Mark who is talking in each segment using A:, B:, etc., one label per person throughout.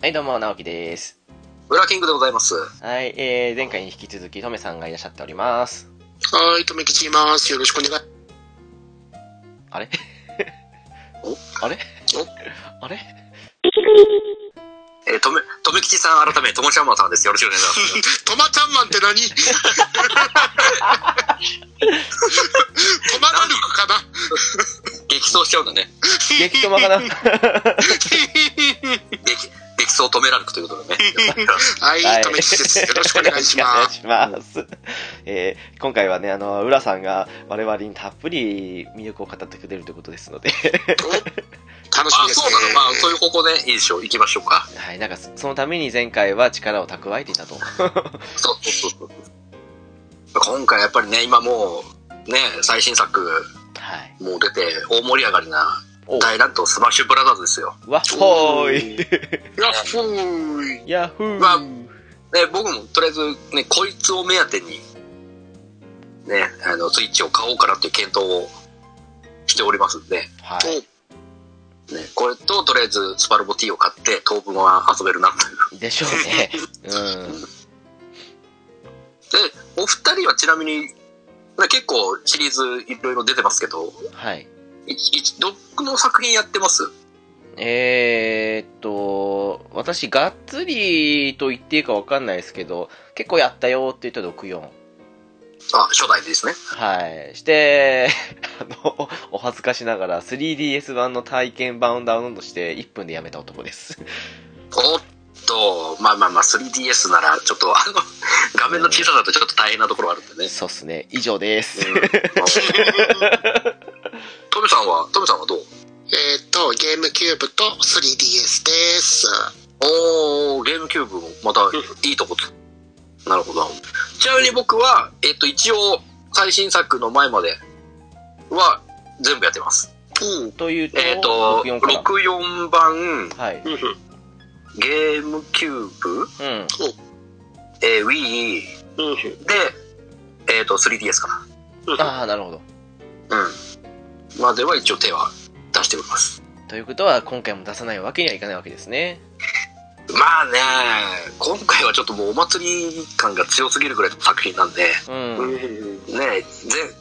A: はい、どうも、直樹です。
B: ブラキングでございます。は
A: はい、えー、前回に引き続き、とめさんがいらっしゃっております。
C: ーい、とめきちいます。よろしくお願い。
A: あれあれあれ
B: えー、とめ、とめきちさん改め、ともちゃんまさんです。よろしくお願いします。
C: トマちゃんマンって何 トママルクかな
B: 激走しちゃうんだね。
A: 激トマ かな
B: 激、激走止められくということ でね。
C: はい、とめきちです。よろしくお願いし
A: よろ
C: ま
A: し
C: す。
A: くお願いします。えー、今回はね、あの、浦さんが我々にたっぷり魅力を語ってくれるということですので、
C: お楽しみ
B: あ、
C: です
B: そ
C: ね
B: う。なの。まあ、そういう方向でいいでしょう。行きましょうか。
A: はい、なんか、そのために前回は力を蓄えていたと。
B: そうそうそうそう。今回やっぱりね、今もう、ね、最新作
A: はい。
B: もう出て、大盛り上がりな、
A: お
B: 大乱闘スマッシュブラザーズですよ。
A: わっほーい
C: やっほーい。
A: ヤッホ
B: まあ
A: ー
B: で、僕もとりあえず、ね、こいつを目当てに、ね、あの、スイッチを買おうかなっていう検討をしておりますんで、
A: はい。
B: ね、これと、とりあえず、スパルボ T を買って、当分は遊べるなという。
A: でしょう ね。うん。
B: で、お二人はちなみに、まあ結構シリーズいろいろ出てますけど、
A: はい。
B: いいどの作品やってます
A: えーっと、私、がっつりと言っていいかわかんないですけど、結構やったよって言ったら64。
B: あ、初代ですね。
A: はい。して、 あの、お恥ずかしながら 3DS 版の体験版をダウンロードして1分でやめた男です。
B: おっと、まあまあまあ、3DS なら、ちょっと、あの、 画面の小ささだとちょっと大変なところはあるんでね。
A: そうっすね。以上です。
B: うん。トメさんは、トメさんはどう
C: えっと、ゲームキューブと 3DS です。
B: おー、ゲームキューブもまたいいとこつ、なるほど。ちなみに僕は、えっと、一応、最新作の前までは、全部やってます。
C: うん。
A: というと、
B: えっと、
A: 64から。
B: 64番、
A: はい。
B: ゲームキューブ、
A: うん。
B: えー Wii で、えっと、3DS か
A: ああ、なるほど。
B: な。うん。までは一応手は出しております。
A: ということは、今回も出さないわけにはいかないわけですね。
B: まあね、今回はちょっともうお祭り感が強すぎるぐらいの作品なんで、
A: うん。
B: ね全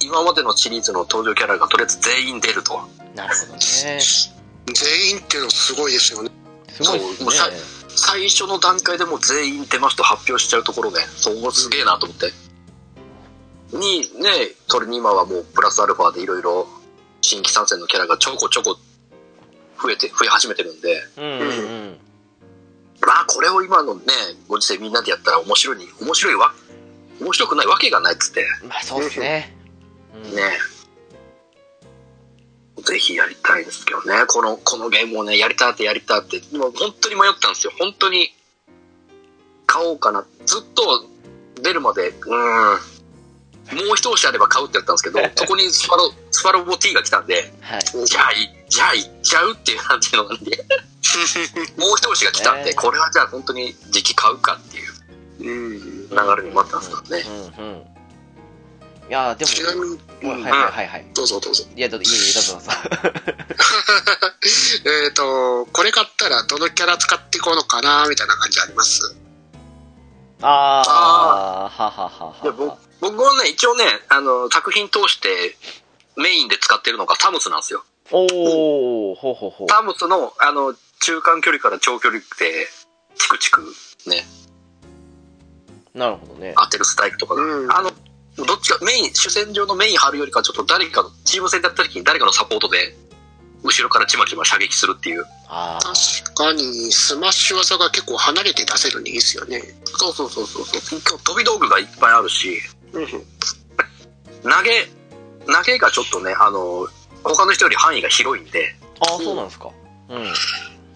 B: 今までのシリーズの登場キャラがとりあえず全員出ると
A: なるほどね。す
C: 全員っていうのすごいですよね。
A: ごいですね。
B: 最初の段階でもう全員出ますと発表しちゃうところねそうすげえなと思って、にねそれに今はもうプラスアルファでいろいろ新規参戦のキャラがちょこちょこ増えて増え始めてるんで
A: うんうん
B: まあこれを今のねご時世みんなでやったら面白いに面白いわ面白くないわけがないっつって
A: うん。まあ、そうですね。うん
B: ねぜひやりたいですけどね。この、このゲームをね、やりたってやりたって、もう本当に迷ったんですよ。本当に、買おうかな。ずっと出るまで、うーん、もう一押しあれば買うってやったんですけど、そこにスパロ、スパロボ T が来たんで、
A: はい。
B: じゃあい、じゃあ行っちゃうっていう、なんていうのなんで、もう一押しが来たん
A: ね
B: で、これはじゃあ本当に時期買うかっていう
C: うん。
B: 流れにもあったんですけどね。
A: うんうん。いやーでも、
C: ちなみに、
A: もう
C: うん
A: はいはいはいはい。
C: どうぞどうぞ。
A: いや、どうぞ、いいよ どうぞどうぞ。
C: えっと、これ買ったらどのキャラ使っていこうのかなみたいな感じあります。
A: あー、は
B: あ
A: ははは。
B: で僕僕はね、一応ね、あの、作品通してメインで使ってるのがサムスなんですよ。
A: おー、ほうほうほう。
B: サムスの、あの、中間距離から長距離で、チクチク
A: なるほどね。
B: 当てるスタイルとかが、
C: うん
B: あの、どっちか、メイン、主戦場のメイン張るよりか、ちょっと誰かの、チーム戦だった時に誰かのサポートで、後ろからちまちま射撃するっていう。
A: あー。
C: 確かに、スマッシュ技が結構離れて出せるんでいいですよね。
B: そうそうそうそうそう。今日飛び道具がいっぱいあるし、投げ、投げがちょっとね、あの、他の人より範囲が広いんで、
A: あー、そうなんですか。うん。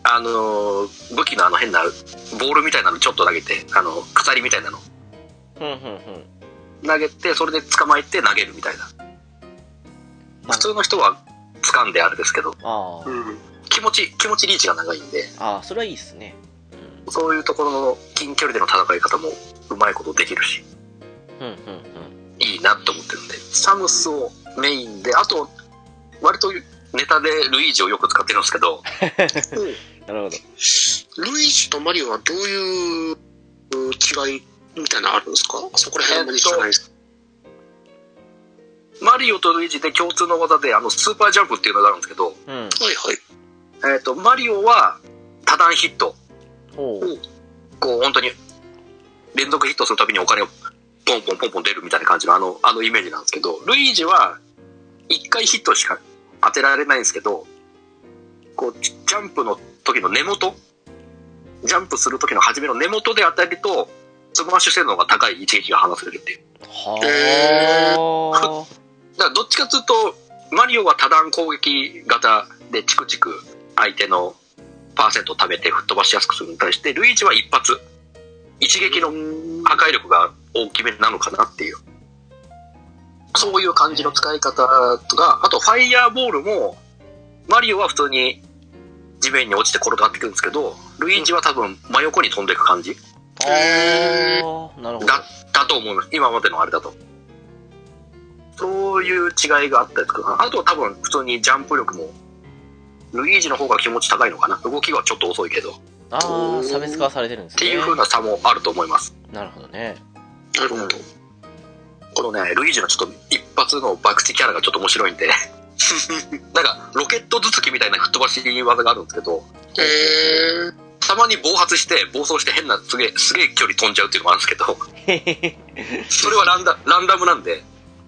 B: あのー武器のあの変なボールみたいなのちょっと投げてあの鎖みたいなの
A: ふんふんふん。
B: 投げてそれで捕まえて投げるみたいな普通の人は掴んであれですけど
A: あー、
C: ん。
B: 気持ち気持ちリーチが長いんで
A: あー、それはいいっすね。
B: そういうところの近距離での戦い方もうまいことできるし
A: うん、うん、うんうん。
B: いいなと思ってるんでサムスをメインであと割とネタでルイージをよく使ってるんですけど
A: なるほど。
C: ルイージとマリオはどういううん違いみたいなのあるんですかそこら辺まで知らないですか、
B: マリオとルイージで共通の技で、あの、スーパージャンプっていうのがあるんですけど、
A: うん。
C: はいはい。
B: えっ、と、マリオは多段ヒット。
A: ほう。
B: こう、本当に、連続ヒットするたびにお金をポンポンポンポン出るみたいな感じの、あの、あのイメージなんですけど、ルイージは、一回ヒットしか当てられないんですけど、こう、ジジャンプの時の根元、ジャンプする時の初めの根元で当たると、スマッシュ性能が高い一撃が放せるっていう。
C: へ
A: は
B: だからどっちかというと、マリオは多段攻撃型でチクチク相手のパーセントを貯めて吹っ飛ばしやすくするのに対して、ルイージは一発、一撃の破壊力が大きめなのかなっていう。そういう感じの使い方とか、あとファイヤーボールも、マリオは普通に地面に落ちて転がってくるんですけど、ルイージは多分真横に飛んでいく感じ
A: あ。
C: へ
A: ああ。なるほど。
B: だだと思うの今までのあれだとそういう違いがあったりとかあとは多分普通にジャンプ力もルイージの方が気持ち高いのかな動きはちょっと遅いけどっ
A: ああ、差別化はされてるんですね。
B: ていう風な差もあると思います、
A: なるほどね。
C: なるほど。
B: このねルイージのちょっと一発の爆地キャラがちょっと面白いんで なんかロケット頭突きみたいな吹っ飛ばし技があるんですけど
C: へえ
B: たまに暴発して暴走して変なすげえすげえ距離飛んじゃうっていうのもあるんですけど
A: へへへ
B: それはランダランダムなんで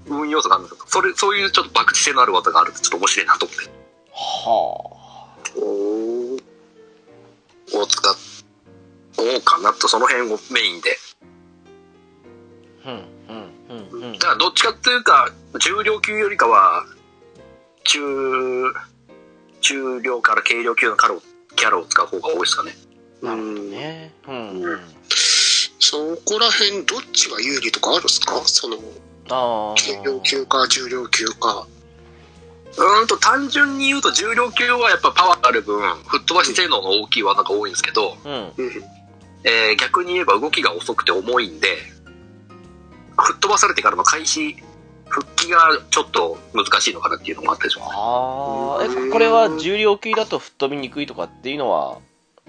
B: 運要素があるんですけどそれそういうちょっと博打性のある技があるってちょっと面白いなと思って
A: は
B: を使おうかなとその辺をメインで
A: あ。うん、うん、うん、うん
B: だ。からどっちかっていうか重量級よりかは中中量から軽量級のカロキャラを使う方が多いですかね
A: なるほどね。うん。
C: そこら辺どっちが有利とかあるんですかその
A: ああ。
C: 軽量級か重量級か。
B: うーんと単純に言うと重量級はやっぱパワーある分吹っ飛ばし性能の大きい技が多いんですけど、
A: うん。
C: うん。
B: えー逆に言えば動きが遅くて重いんで、吹っ飛ばされてからの開始、復帰がちょっと難しいのかなっていうのもあったでしょう。
A: ああ。
C: う
A: え、
C: ん
A: これは重量級だと吹っ飛びにくいとかっていうのは、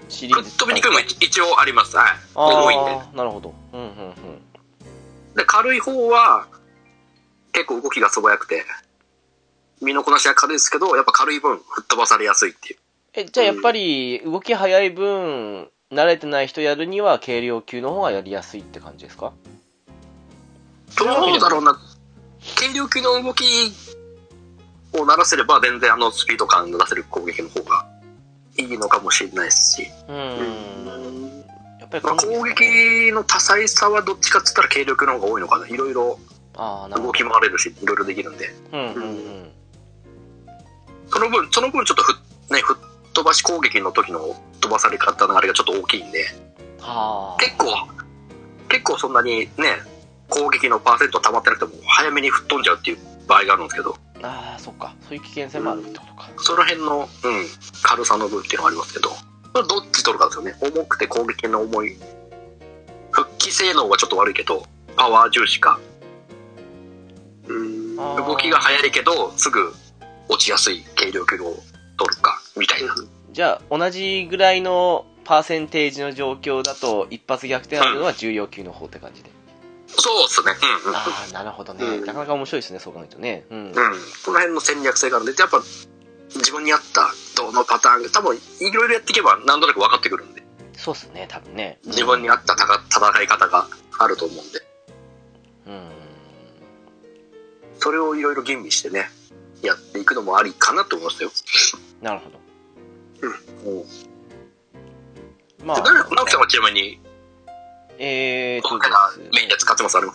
A: シリー
B: 吹
A: ズ。
B: っ飛びにくいも一一応あります。はい。重いんで
A: あ。あ、なるほど。うん、うん、うん。
B: で、軽い方は、結構動きが素早くて、身のこなしは軽いですけど、やっぱ軽い分、吹っ飛ばされやすいっていう。
A: え、じゃあやっぱり、動き早い分、慣れてない人やるには、軽量級の方がやりやすいって感じですか
B: どうだろうな、軽量級の動きを鳴らせれば、全然あのスピード感の出せる攻撃の方がいいのかもしれないですし。
A: うーん。やっぱり
B: まあ、
A: この
B: 攻撃の多彩さはどっちかっつったら軽力の方が多いのかないろいろ
A: ああ、なるほど。
B: 動き回れるしいろいろできるんで
A: うん、うん、うん。
B: その分その分ちょっとふ、ね、吹っ飛ばし攻撃の時の飛ばされ方のあれがちょっと大きいんで
A: はあ。
B: 結構結構そんなにね攻撃のパーセント溜まってなくても早めに吹っ飛んじゃうっていう場合があるんですけど
A: ああ、そっか。そういう危険性もあるってことか。
B: その辺の、うん、軽さの分っていうのがありますけどそれどっち取るかですよね重くて攻撃の重い復帰性能はちょっと悪いけどパワー重視か
C: うん。
A: あー
B: 動きが速いけどすぐ落ちやすい軽量級を取るかみたいな、
A: じゃあ、同じぐらいのパーセンテージの状況だと、一発逆転あるのは重量級の方って感じで。
B: そうっすね
A: ああ、なるほどね。なかなか面白いですね、そう考えるとね。うん。
B: うんうん、うん、この辺の戦略性があるんでやっぱ自分に合ったどのパターンが多分いろいろやっていけば何となく分かってくるんで
A: そうっすね、多分ね。
B: 自分に合ったたか戦い方があると思うんで
A: うん。
B: それをいろいろ吟味してねやっていくのもありかなと思いますよ、
A: なるほど。
B: うん、
A: まあ、
B: 直樹さんはちなみに
A: えーと
B: 今回はメイ
A: で
B: ンです
A: ね
B: 使ってますあれも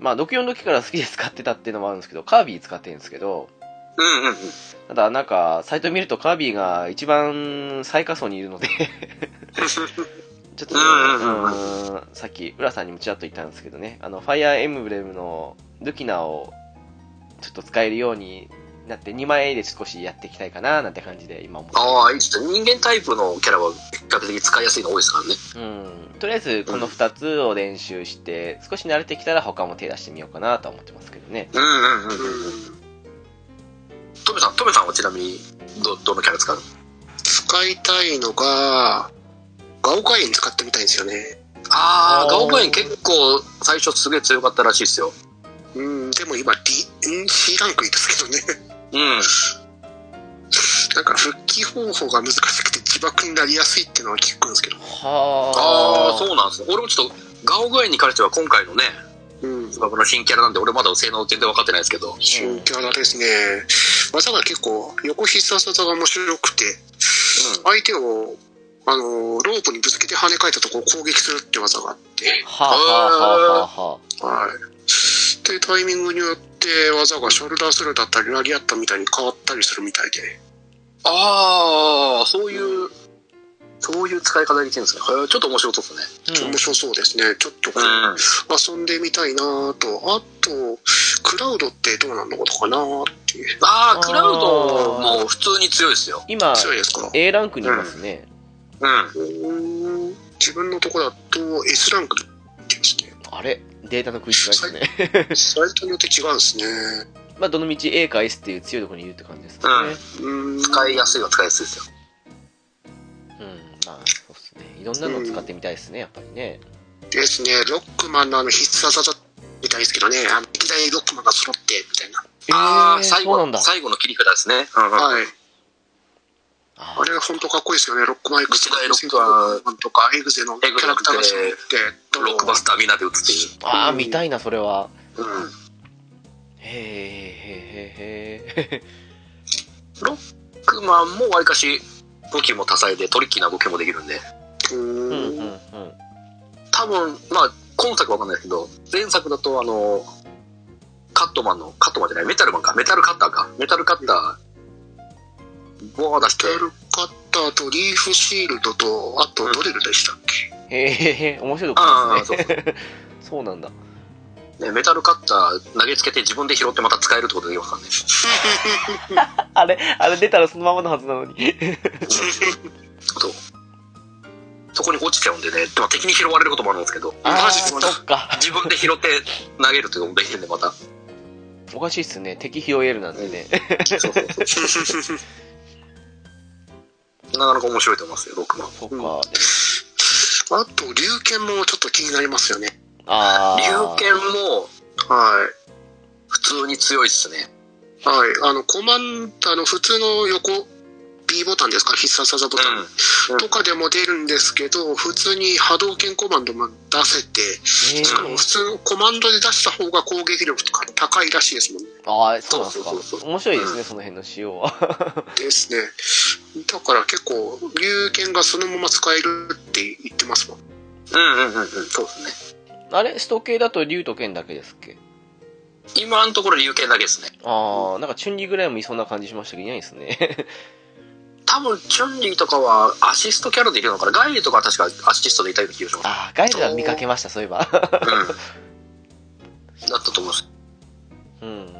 A: まあ、64の時から好きで使ってたっていうのもあるんですけど、カービィ使ってるんですけど、
B: うんうんうん
A: ただなんか、サイト見るとカービィが一番最下層にいる ので、ちょっとね、
B: うんうん
A: う
B: うん
A: ーんさっき浦さんにもちらっと言ったんですけどね、あの、ファイアーエムブレムのルキナをちょっと使えるようになって2枚で少しやっていきたいかななんて感じで今思ってます
B: ああいいですね人間タイプのキャラは比較的使いやすいの多いですからね
A: うん、とりあえずこの2つを練習して、少し慣れてきたら他も手出してみようかなとは思ってますけどね。
B: うんうんうん
C: うん
B: トメさん、トメさんはちなみに、ど、どのキャラ使うの
C: 使使いたいのが、ガオカイエン使ってみたいんですよね。
B: あ
A: あー
B: あ、ガオブエン結構最初すげえ強かったらしいですよ。
C: うん、でも今 D、ん C ランクいですけどね。
B: うん。
C: なんか復帰方法が難しくて自爆になりやすいっていうのは聞くんですけど。
A: は
B: ああ、
A: う。
B: そうなんですね。俺もちょっと、ガオグエンに関しては今回のね、
C: うん。
B: スバブの新キャラなんで、俺まだ性能全然分かってないですけど。
C: 新キャラですね。技が結構横必殺技が面白くて、相手を、あのーロープにぶつけて跳ね返ったところを攻撃するって技があって、
A: はあ、はあ、はあ、はあ。
C: はい。で、タイミングによって技がショルダースルーだったり、ラリアットみたいに変わったりするみたいで。
B: ああ、そういう、そういう使い方できてるんですね。へーちょっと面白そうですね。
A: うん
C: 面白そうですね。ちょっとこう、
B: うん
C: 遊んでみたいなぁと。あと、クラウドってどうなのかなぁっていう。
B: ああ、クラウドも普通に強いですよ。
A: 今、
C: 強いですか
A: A ランクにいますね。
B: うん。
C: うーん自分のとこだと S ランクってですね。
A: あれデータの食い違いですね。
C: サイトによって違うんですね。
A: まあ、どの道 A か S っていう強いところにいるって感じですかね。
C: うーん
B: 使いやすいは使いやすいですよ。
A: うん。まあ、そうっすね。いろんなのを使ってみたいですね、やっぱりね。
C: ですね。ロックマンのあの必殺技みたいですけどね。あの歴代ロックマンが揃ってみたいな。
B: あ
A: え
B: あ、
A: ー
B: 最
A: そうなん
B: 後、
A: だ。
B: 最後の切り札ですね。うんうん
C: はい。
A: あ
C: あれ本当かっこいいですよね。ロックマンエグゼ
B: 歴代ロックマン
C: ンとかエグゼのキャラクターが揃って、
B: ロックバスターみんなで打つっていう。
A: あー、見たいな、それは。
B: うん。
A: へえ、へえ、へえ、へ
B: ロックマンもわりかし武器も多彩でトリッキーな動きもできるんで
C: う
A: え。うん、
C: ー
A: うんん、うん。
B: 多分まあ今作わかんないですけど前作だとあのカットマンのカットマンじゃないメタルマンかメタルカッターかメタルカッターボー出して
C: メタルカッターとリーフシールドと、あとドリルでしたっけ、
A: へえ、へえ、面白いとこ
B: あ
A: で
B: あ
A: す
B: そう
A: ね。
B: そう
A: そうなんだ。
B: ねメタルカッター投げつけて自分で拾ってまた使えるってことできますからね
A: あれ、あれ出たらそのままのはずなのに。
B: そうそこに落ちちゃうんでねでも敵に拾われることもあるんですけど
A: ああ、
C: マジで
A: そっか。
B: 自分で拾って投げるっていうのもできるんでまた
A: おかしいっすね。敵拾えるなんてね。
B: そうそうそうなかなか面白いと思いますよロックマン
A: そっか。
C: う
A: で
C: ん
A: も
C: あと、龍拳もちょっと気になりますよね。
A: あ
B: 龍
A: あ。
B: 拳も
C: はい。
B: 普通に強いっすね
C: はい、あの、コマン、あの、普通の横、B ボタンですか、必殺技ボタ
B: う
C: ン
B: ん
C: とかでも出るんですけど、普通に波動拳コマンドも出せて、
A: え
C: しかも
A: ー
C: 普通のコマンドで出した方が攻撃力とか高いらしいですもんね。
A: ああ、そうなんです
B: そうそうそう
A: か。
B: そ
A: 面白いですね、その辺の仕様は。
C: ですね。だから結構、龍拳がそのまま使えるって言ってますもん。
B: うんうんうんうんそうですね
A: あれスト系だと竜と剣だけですっけ
B: 今のところ龍拳だけですね
A: ああ、なんかチュンリーぐらいもいそうな感じしましたけど、いないですね。
B: 多分チュンリーとかはアシストキャラでいるのかなガイルとかは確かアシストでいたような気がしま す
A: ああ、ガイドは見かけました、そういえば。
B: うんだったと思います
A: うん。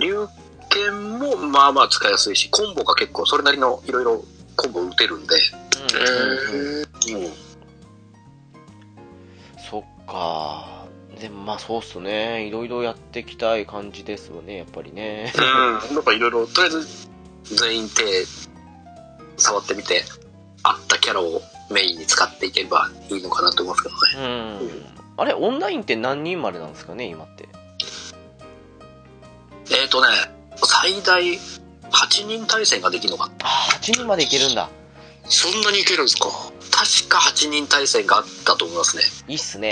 B: 龍拳もまあまあ使いやすいしコンボが結構それなりのいろいろコンボ打てるんで
A: うん
C: へ
B: うん
A: そっか。でもまあそうっすね。いろいろやっていきたい感じですよね、やっぱりね。
B: なんかいろいろとりあえず全員手触ってみて合ったキャラをメインに使っていけばいいのかなと思いますけどね
A: うん。あれ、オンラインって何人までなんですかね、今って。
B: えー、とね、最大8人対戦ができるのかな
A: ああ、8人までいけるんだ。
C: そんなにいけるんですか。
B: 確か8人対戦があったと思いますね。
A: いいっすね。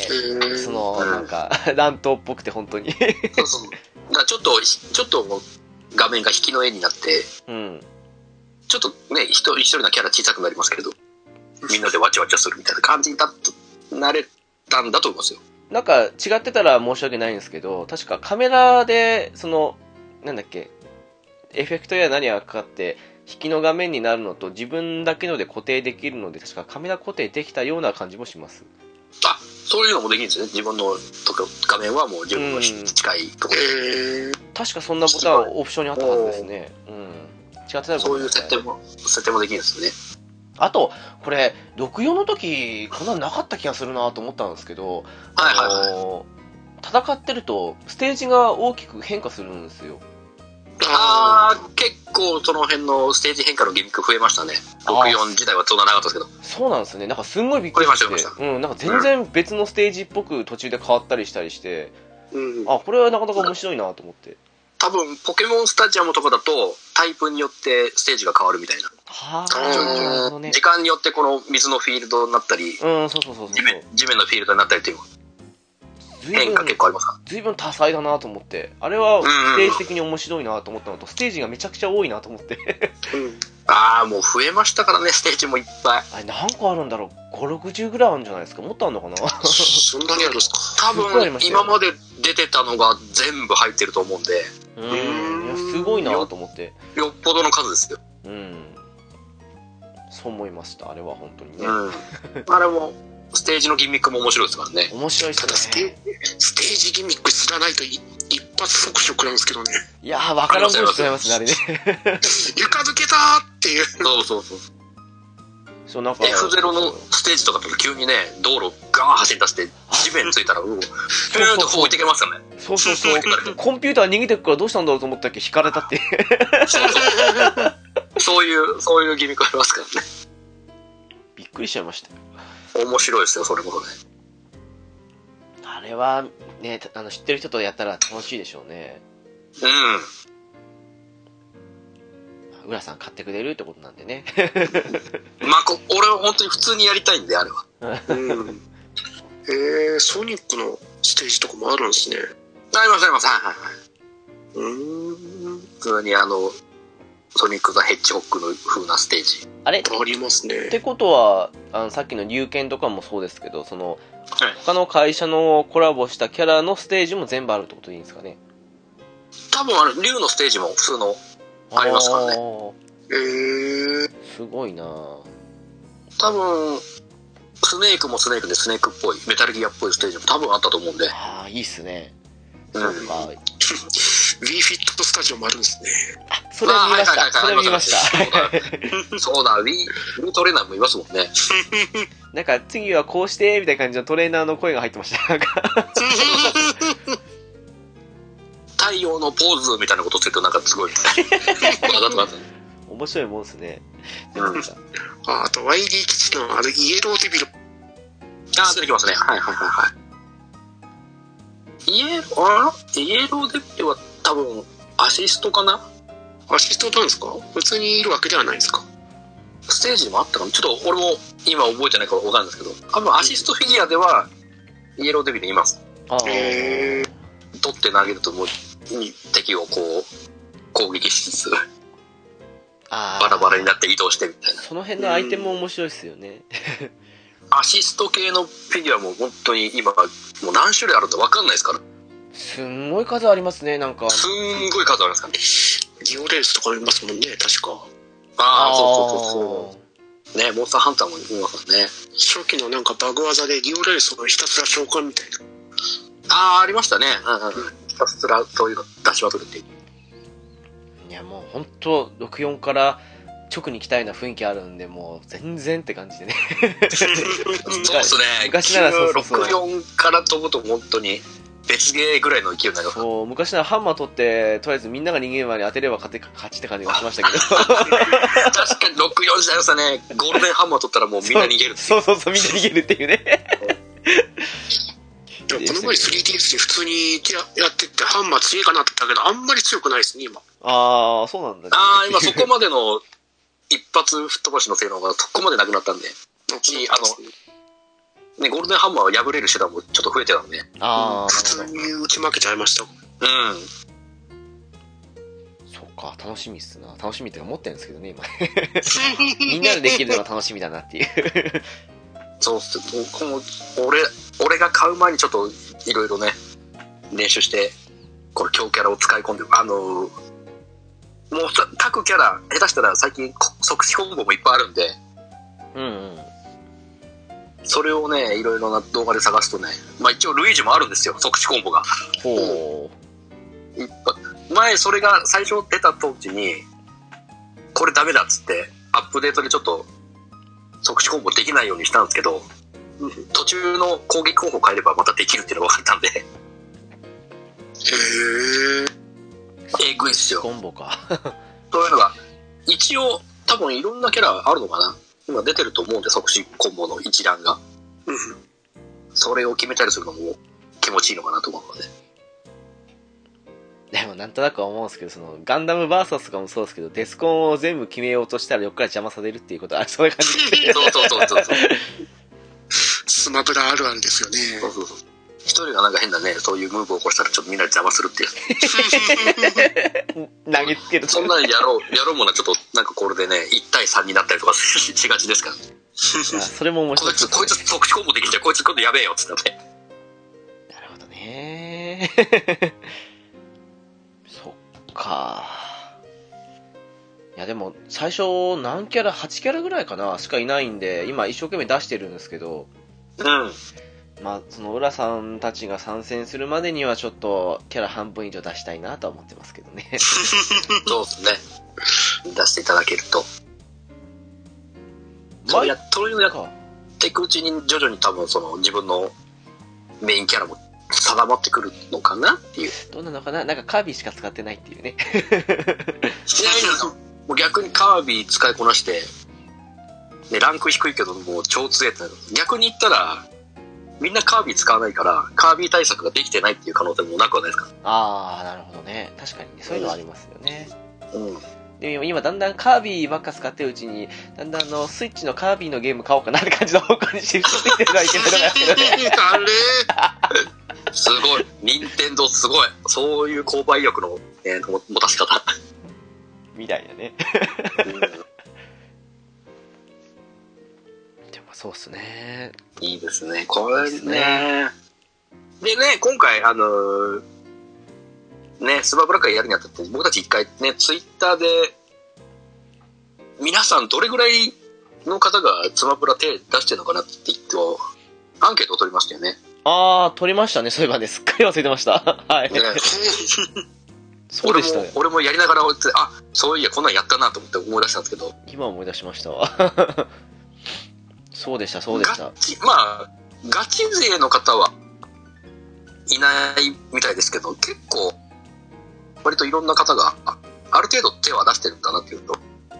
C: へ
A: その、
B: うん
A: なんか、乱闘っぽくて、本当に。
B: そうそう。だからちょっと、ちょっともう画面が引きの絵になって、
A: うん。
B: ちょっとね、一人一人のキャラ小さくなりますけど、みんなでわちゃわちゃするみたいな感じになっなれたんだと思いますよ。
A: なんか、違ってたら申し訳ないんですけど、確かカメラで、その、なんだっけ、エフェクトや何がかかって、引きの画面になるのと、自分だけので固定できるので、確かカメラ固定できたような感じもします。
B: あ、そういうのもできるんですね。自分のとこ画面はもう自分の
A: うん
B: ひ近いところで。
C: え
A: 確かそんなボタンオプションにあったはずですね。うん。違ってたら
B: そういう設定も、設定もできるんですね。
A: あと、これ、64の時、こんなのなかった気がするなと思ったんですけど、
B: はいはいはい。
A: あのー戦ってると、ステージが大きく変化するんですよ。
B: あー、結構その辺のステージ変化のギミック増えましたね。
A: あー
B: 64時代はそんななかったですけど。
A: そうなんですねなんかすんごいびっくりし、
B: これ今知りまして
A: うん、なんか全然別のステージっぽく途中で変わったりしたりして
C: うん。
A: あこれはなかなか面白いなと思って
B: 多分、ポケモンスタジアムとかだと、タイプによってステージが変わるみたいな。
A: はあ
C: あー
A: なるほどね
B: 時間によってこの水のフィールドになった
A: う
B: り、
A: んそうそうそうそう
B: 地面地面のフィールドになったりっていう
A: 随
B: 変化
A: 分
B: 結構ありますか
A: 随分多彩だなと思ってあれは
B: んうん
A: ステージ的に面白いなと思ったのとステージがめちゃくちゃ多いなと思って
C: うん。
B: ああ、もう増えましたからね、ステージもいっぱい。
A: あれ何個あるんだろう560ぐらいあるんじゃないですかもっとあるのかな
C: そんなにあるんですか。
B: 多
A: すごいあり
B: 分
A: ま、したよ
B: 今まで出てたのが全部入ってると思うんで、
A: うんいやすごいなと思って
B: よっぽどの数ですよ。
A: うんそう思いましたあれは本当にね
B: うん。あれも、ステージのギミックも面白いですからね。
A: 面白いった
C: だス
A: す
C: テ
A: ね
C: ステージギミック知らないとい一発即食なんですけどね。
A: いやー分からんことしちゃいますねあれね
C: 床抜けたーっていう。
B: そうそうそう。
A: そうなんか
B: F0 のステージとかだと急にね、道路ガーン走り出して、地面ついたら、うお、ピューンとこう置いていけますよね。
A: そうそうそうコンピューター逃げてくからどうしたんだろうと思ったっけ引 かれたって
B: そういう、そういうギミックありますからね。
A: びっくりしちゃいました
B: 面白いですよ、それこそね。
A: あれはねたあの知ってる人とやったら楽しいでしょうね
B: うん。
A: 浦さん買ってくれるってことなんでね
B: まあ、こ俺は本当に普通にやりたいんで、あれは。
C: うん。えー、ソニックのステージとかもあるんですね。
B: あります、あります。はいはいはい。
C: うーん。
B: 普通にあの、ソニック・ザ・ヘッジホックの風なステージ。
A: あれっ
C: ありますね。
A: てことはあのさっきの龍拳とかもそうですけどその
B: はい
A: 他の会社のコラボしたキャラのステージも全部あるってことでいいんですかね
B: 多分あれ、竜のステージも普通の、ありますから
A: ね
B: ね
C: えー、
A: すごいなぁ
B: 多分、スネークもスネークでスネークっぽい、メタルギアっぽいステージも多分あったと思うんで。
A: ああいいっすね
B: うん。
A: そうか
C: Wii Fit スタジオもあるんです ね。
A: それは見まし
B: あは
A: た
B: いはいはい
A: それは見ました
B: そうだ、ウィー、ウィートレーナーもいますもんね。
A: なんか次はこうしてみたいな感じのトレーナーの声が入ってましたな んか
B: 太陽のポーズみたいなことしてるとなんか すごい。わざとわざと
A: 面白いもんですね
B: うん
C: ああと、ワイリー基地のあのイエローデビル。
B: あー、出てきますね。はいはいはいはい。イエロー、あらイエローデビルは多分、アシストかな
C: アシストなんですか普通にいるわけではないんですか
B: ステージでもあったかなちょっと俺も今覚えてないから分かんないですけど、多分アシストフィギュアでは、イエローデビルいます。
A: ああ
C: へー
B: 取って投げるともう、敵をこう、攻撃しつつ、
A: あ
B: バラバラに
A: な
B: なって移動してみたいな。
A: その辺のアイテムも面白いっすよね
B: アシスト系のフィギュアも本当に今、もう何種類あるか分かんないですから。
A: すんごい数ありますねなんか
B: すんごい数あるんですからね。
C: ギオレースとかもいますもんね、確か。
B: ああ、そうそう
A: あ
B: そ
A: ー
B: うそう。ね、モンスターハンターもいますからね。
C: 初期のなんかバグ技でギオレースをひたすら召喚みたいな。
B: ああ、ありましたね。うんうんうん。ひたすらそういうの出しまくるっていう。
A: いやもう本当64から直に来たような雰囲気あるんでもう全然って感じ でね
B: そうですね。
A: 昔ならそうそうそう
B: 64から飛ぶと本当に別ゲーぐらいの勢いになります。
A: そう昔ならハンマー取ってとりあえずみんなが逃げる前に当てれば勝て勝ちって感じがしましたけど
B: 確かに64時代はさね、ゴールデンハンマー取ったら もうみんな逃げるっていう。
A: そうそうそうみんな逃げるっていうね
C: でもこの前 3DS で普通にややってってハンマー強いかなって言ったけど、あんまり強くないですね、今。
A: ああそうなんだ、ね、
B: ああ、今そこまでの一発吹っ飛ばしの性能がそこまでなくなったんで、いあね、ゴールデンハンマーを破れる手段もちょっと増えてたので、
A: あー
C: 普通に打ち負けちゃいました。
B: うん。
A: そっか楽しみっすな楽しみってか持ってるんですけどね今 みんなでできるのが楽しみだなっていう
B: そうっす。僕も、俺、俺が買う前にちょっといろいろね、練習して、この強キャラを使い込んで、あのーもうさ各キャラ、下手したら最近こ即死コンボもいっぱいあるんで、
A: うんうん
B: それをね、いろいろな動画で探すとね、まあ一応ルイージもあるんですよ、即死コンボが。
A: ほ
B: いっぱい前、それが最初出た時に、これダメだっつって、アップデートでちょっと、即死コンボできないようにしたんですけど、途中の攻撃方法変えればまたできるっていうのが分かったんで、
C: へえ。
A: う
B: えぐいっすよ。
A: コンボか。
B: そういうのが、一応、多分いろんなキャラあるのかな。今出てると思うんで、即死コンボの一覧が。
C: うん。
B: それを決めたりするのも気持ちいいのかなと思うので。
A: でもなんとなくは思うんですけど、そのガンダムバーサスとかもそうですけど、デスコンを全部決めようとしたら横から邪魔されるっていうことはありそうな感じで。
B: そうそうそうそうそう。
C: スマブラあるあるです よね。
B: そうそうそう。一人がなんか変なね、そういうムーブを起こしたらちょっとみんなで邪魔するっていう。
A: 投げつける
B: そんなんやろう、 やろうもな、ちょっとなんかこれでね、1対3になったりとかししがちですか
A: あ
B: ら。
A: それも面
B: こ
A: 白
B: い
A: いです
B: つ、
A: ね
B: こいつ即死コンボできんじゃん、こいつ今度やべえよ、つってね。
A: なるほどね そっかいやでも最初何キャラ8キャラぐらいかなしかいないんで今一生懸命出してるんですけど
B: うん。
A: まあその浦さんたちが参戦するまでにはちょっとキャラ半分以上出したいなとは思ってますけど ね
B: そうですね。出していただけると。そ
A: マ
B: う
A: イ
B: や
A: ク
B: っとやっ
A: か
B: ていくうちに徐々に多分その自分のメインキャラも定まってくるのかなっていう。
A: どうなのかななんかカービィしか使ってないっていうね
B: いやいやもう逆にカービィ使いこなして、ね、ランク低いけどもう超強いってなる逆に言ったらみんなカービィ使わないからカービィ対策ができてないっていう可能性もなくはないですか
A: ああなるほどね確かにねそういうのはありますよね、
B: うん
A: でも今だんだんカービィばっか使ってるうちにだんだんあのスイッチのカービィのゲーム買おうかなって感じの方向にシフトしていってるのはいけないのかなっていうね
C: あれ
B: すごい 任天堂すごいそういう購買意欲の、えーも持たし方、
A: みたいなね
B: うん
A: でもそうっすね
B: いいですねこれ
A: いいです
B: ねでね今回あのーねスマブラ会やるにあたって僕たち一回ねツイッターで皆さんどれぐらいの方がスマブラ手出してるのかなって言ってアンケートを取りましたよね
A: ああ取りましたねそういえばねすっかり忘れてました はい
B: ね
A: そうでしたね
B: 俺も俺もやりながらあそういやこんなんやったなと思って思い出したんですけど
A: 今思い出しましたわ そうでしたそうでした
B: ガチまあガチ勢の方はいないみたいですけど結構割といろんな方があある程度手は出してるんだなっていうの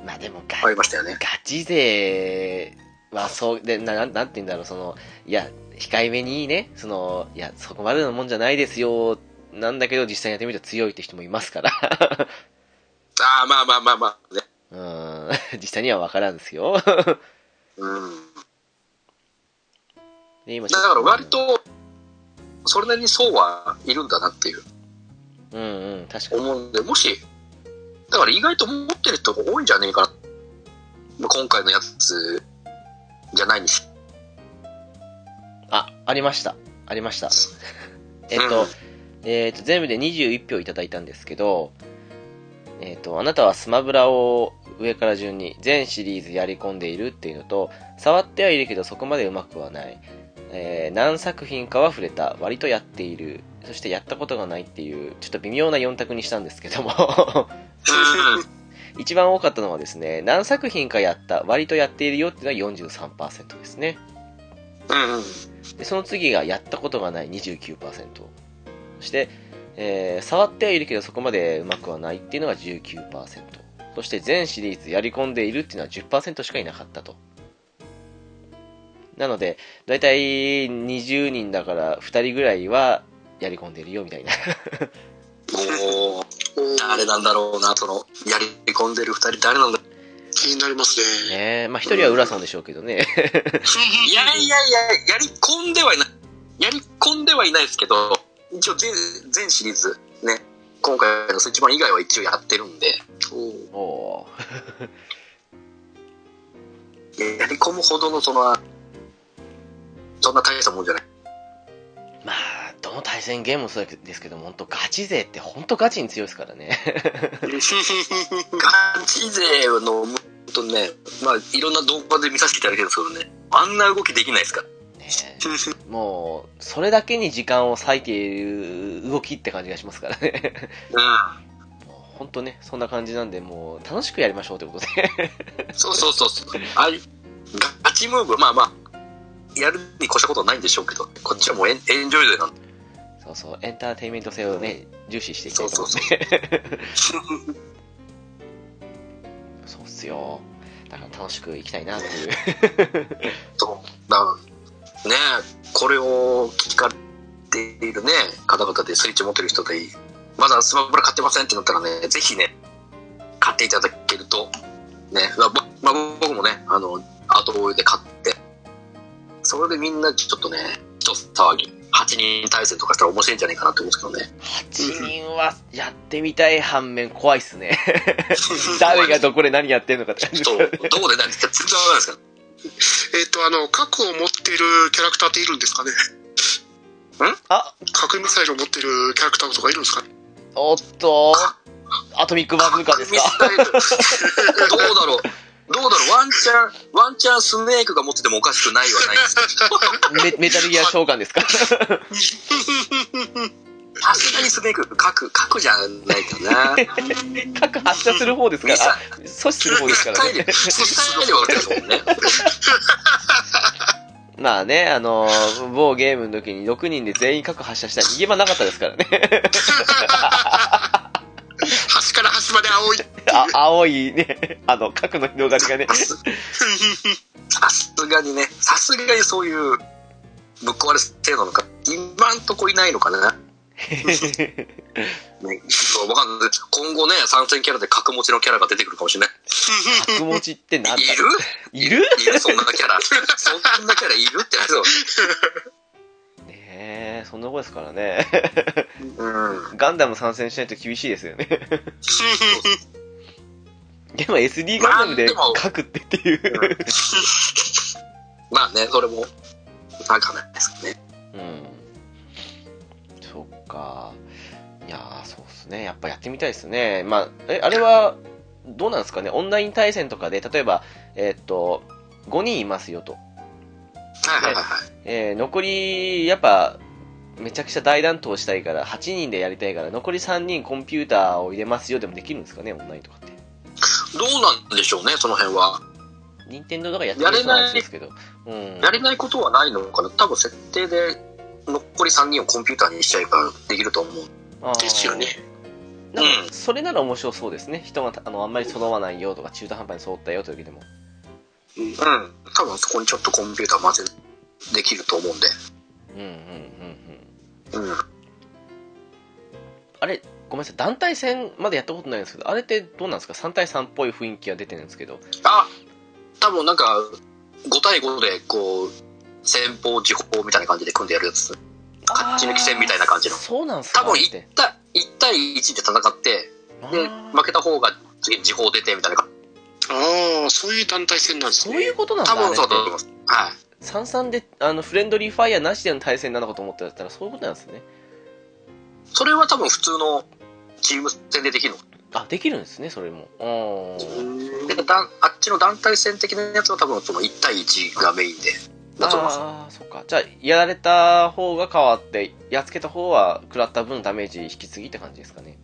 A: まあでもガ
B: ありましたよね
A: ガチ勢はそうでななんなんて言うんだろうそのいや控えめにいいねそのいやそこまでのもんじゃないですよなんだけど実際やってみると強いって人もいますから
B: ああまあまあまあまあね
A: うーん実際には分からんですよ
B: うん
A: で今ちょ
B: だ
A: っ
B: から割とそれなりにそうはいるんだなっていう
A: うんうん確かに
B: 思うんでもしだから意外と持ってる人が多いんじゃねえかなまあ今回のやつじゃないにし
A: あありましたありました えっと、
B: うん
A: えっと全部で21票いただいたんですけどえっとあなたはスマブラを上から順に全シリーズやり込んでいるっていうのと触ってはいるけどそこまでうまくはない、えー何作品かは触れた割とやっているそしてやったことがないっていうちょっと微妙な4択にしたんですけども 一番多かったのはですね何作品かやった割とやっているよっていうのは43%ですね
B: うん うん
A: でその次がやったことがない29%そして、えー触ってはいるけどそこまでうまくはないっていうのが19%そして全シリーズやり込んでいるっていうのは10%しかいなかったとなのでだいたい20人だから2人ぐらいはやり込んでいるよみたいな
B: おー
C: おー
B: 誰なんだろうなそのやり込んでる二人誰なんだ
C: 気になりますね。
A: ねまあ1人は浦さんでしょうけどね
B: いや いやいややり込んではいないやり込んではいないですけど一応全全シリーズね今回のスイッチ版以外は一応やってるんで
C: おー
A: おお
B: やり込むほどのそのそんな大したもんじゃない
A: ーまあどの対戦ゲームもそうですけども本当ガチ勢って本当ガチに強いですからね
B: ガチ勢のほんとねまあいろんな動画で見させていただいてるんですけどねあんな動きできないですから
A: ねえもう、それだけに時間を割いている動きって感じがしますからね。 もう本当ね、そんな感じなんで、もう楽しくやりましょうということで。
B: うんそうそうそうそうああいうガチムーブまあまあやるに越したことはないんでしょうけどこっちはもうエンエンジョイ勢なんで
A: そうそう、エンターテインメント性をね、重視していきたいと思うんで
B: そ
A: そうっすよだから楽しくいきたいなっていう
B: そう。だからねえこれを聞かれているね、方々でスイッチ持ってる人で、まだスマブラ買ってませんってなったらね、ぜひね、買っていただけると、ね、まあぼ、まあ僕もね、あの、後追いで買って、それでみんなちょっとね、一騒ぎ、8人対戦とかしたら面白いんじゃないかなと思うんですけどね。
A: 8人はやってみたい反面怖いっすね誰がどこで何やってんのかって感じ
B: ちょっと、どこで何か 全然わかんないですから。
C: えっ、と、あの、核を持っているキャラクターっているんですかね
A: あ
C: 核ミサイルを持っているキャラクターとかいるんです かね
A: おっとアトミックバズーカです
B: ミ
A: か
B: サ イルどうだろうどうだろうワンチャン、ワンチャンスネークが持っててもおかしくないはないんですけど、
A: メメタルギア召喚ですか
B: さすがにスネーク、核、核じゃないかな。
A: 核発射する方ですからあ阻止する方です から
B: 体
A: ね
B: 力、体力はあるけどもね。
A: まあね、あのー某ゲームの時に6人で全員核発射したら逃げ場なかったですからね。
C: 端から端まで青い。
A: あ青いね、 あの、核の広がりが ね。
B: さすがにね、さすがにそういう、ぶっ壊れ性なのか、今んとこいないのかな。ね、そうわかんない。今後ね、参戦キャラで核持ちのキャラが出てくるかもしれない。
A: 核持ちってなんだ
B: いる
A: いる
B: いるそんなキャラ。そんなキャラいるってなりそう。
A: ねえ、そんなことですからね。
B: うん。
A: ガンダム参戦しないと厳しいですよね。 でも SD ガンダムで核ってっていう。
B: まあね、それも、わかんないですけどね。
A: うん。そっか。いやー、そうっすね。やっぱやってみたいですね。まあ、え、あれは、どうなんですかね。オンライン対戦とかで、例えば、えーっと、5人いますよと。
B: はいはいはいはい。
A: えー残り、やっぱ、めちゃくちゃ大乱闘したいから、8人でやりたいから、残り3人コンピューターを入れますよでもできるんですかね、オンラインとかって。
B: どうなんでしょうね、その辺は。
A: 任天堂とかやってるそうなんですけど。うん。
B: やれないことはないのかな。多分設定で、残り3人をコンピューターにしちゃえばできると思う。
A: あー
C: ですよね。
A: なんか、それなら面白そうですね。人が、あの、あんまり揃わないよとか、中途半端に揃ったよという時でも。
B: うん。多分そこにちょっとコンピューター混ぜできると思うんで。
A: うんうんうんうん。
B: うん。
A: あれ、ごめんなさい、団体戦までやったことないんですけど、あれってどうなんですか ?3 対3っぽい雰囲気が出てるんですけど。
B: あ多分なんか、5対5で、こう、先方、時報みたいな感じで組んでやるやつ。勝ち抜き戦みたいな感じの
A: あーそうなんですか
B: 多分
A: あれっ
B: 1,
A: て。
B: 対1対1で戦って、
A: あ
B: で、
A: ー
B: 負けた方が次に時報出てみたいな感じ。
C: ああ、そういう団体戦なんです
A: そ
C: ね。
A: ういうことなんだ
B: 多
A: あれ
B: 分
A: っ
B: そうだと思い
A: て
B: ます。はい。
A: 三々であのフレンドリーファイヤーなしでの対戦なのかと思ってたらそういうことなんですね
B: それは多分普通のチーム戦でできるの
A: あできるんですねそれもう
C: う
A: ーん
C: ん
B: でだんあっちの団体戦的なやつは多分その1対1がメインでだと思います
A: ああそっかじゃあやられた方が変わってやっつけた方は食らった分ダメージ引き継ぎって感じですかね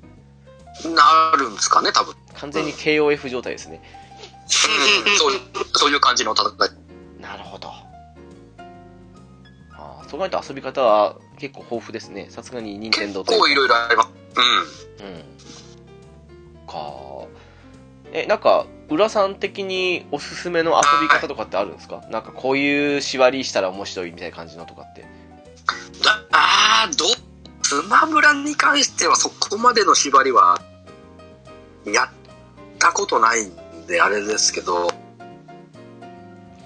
B: なるんですかね多分、
A: 完全に KOF 状態ですね
B: そういうそういう感じの戦い
A: なるほどああそう考えると遊び方は結構豊富ですねさすがに任天
B: 結
A: 堂
B: 構いろいろあります
A: うんかえなんか浦さん的におすすめの遊び方とかってあるんですか、なんかこういう縛りしたら面白いみたいな感じのとか って
B: うんだああどスマブラに関してはそこまでの縛りはやったことないんであれですけど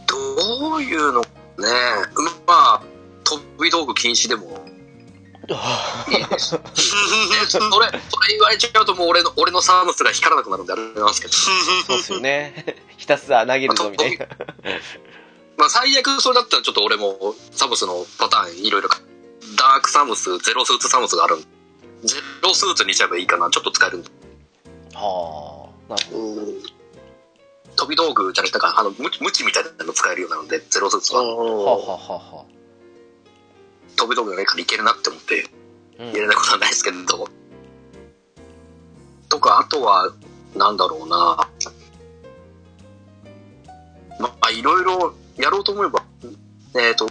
B: どういうのねえまあ飛び道具禁止でもいいですで それ、それ言われちゃうともう俺の、俺のサーモスが光らなくなるんであれなんですけど。
A: そうっすよね ひたすら投げるぞみたいな
B: まあ最悪それだったらちょっと俺もサムスのパターンいろいろか、ダークサムス、ゼロスーツサムスがあるんで、ゼロスーツにしちゃえばいいかな。ちょっと使えるんで。
A: はあなるほど
B: 飛び道具じゃなくて、あの、む無知みたいなの使えるようなので、ゼロスーツは
A: はあ
C: あ
A: はあはあはあ
B: 飛び道具がないからいけるなって思って
A: うん
B: やれないことはないですけど。とか、あとは、なんだろうな。まあ、いろいろやろうと思えば、えっ、と、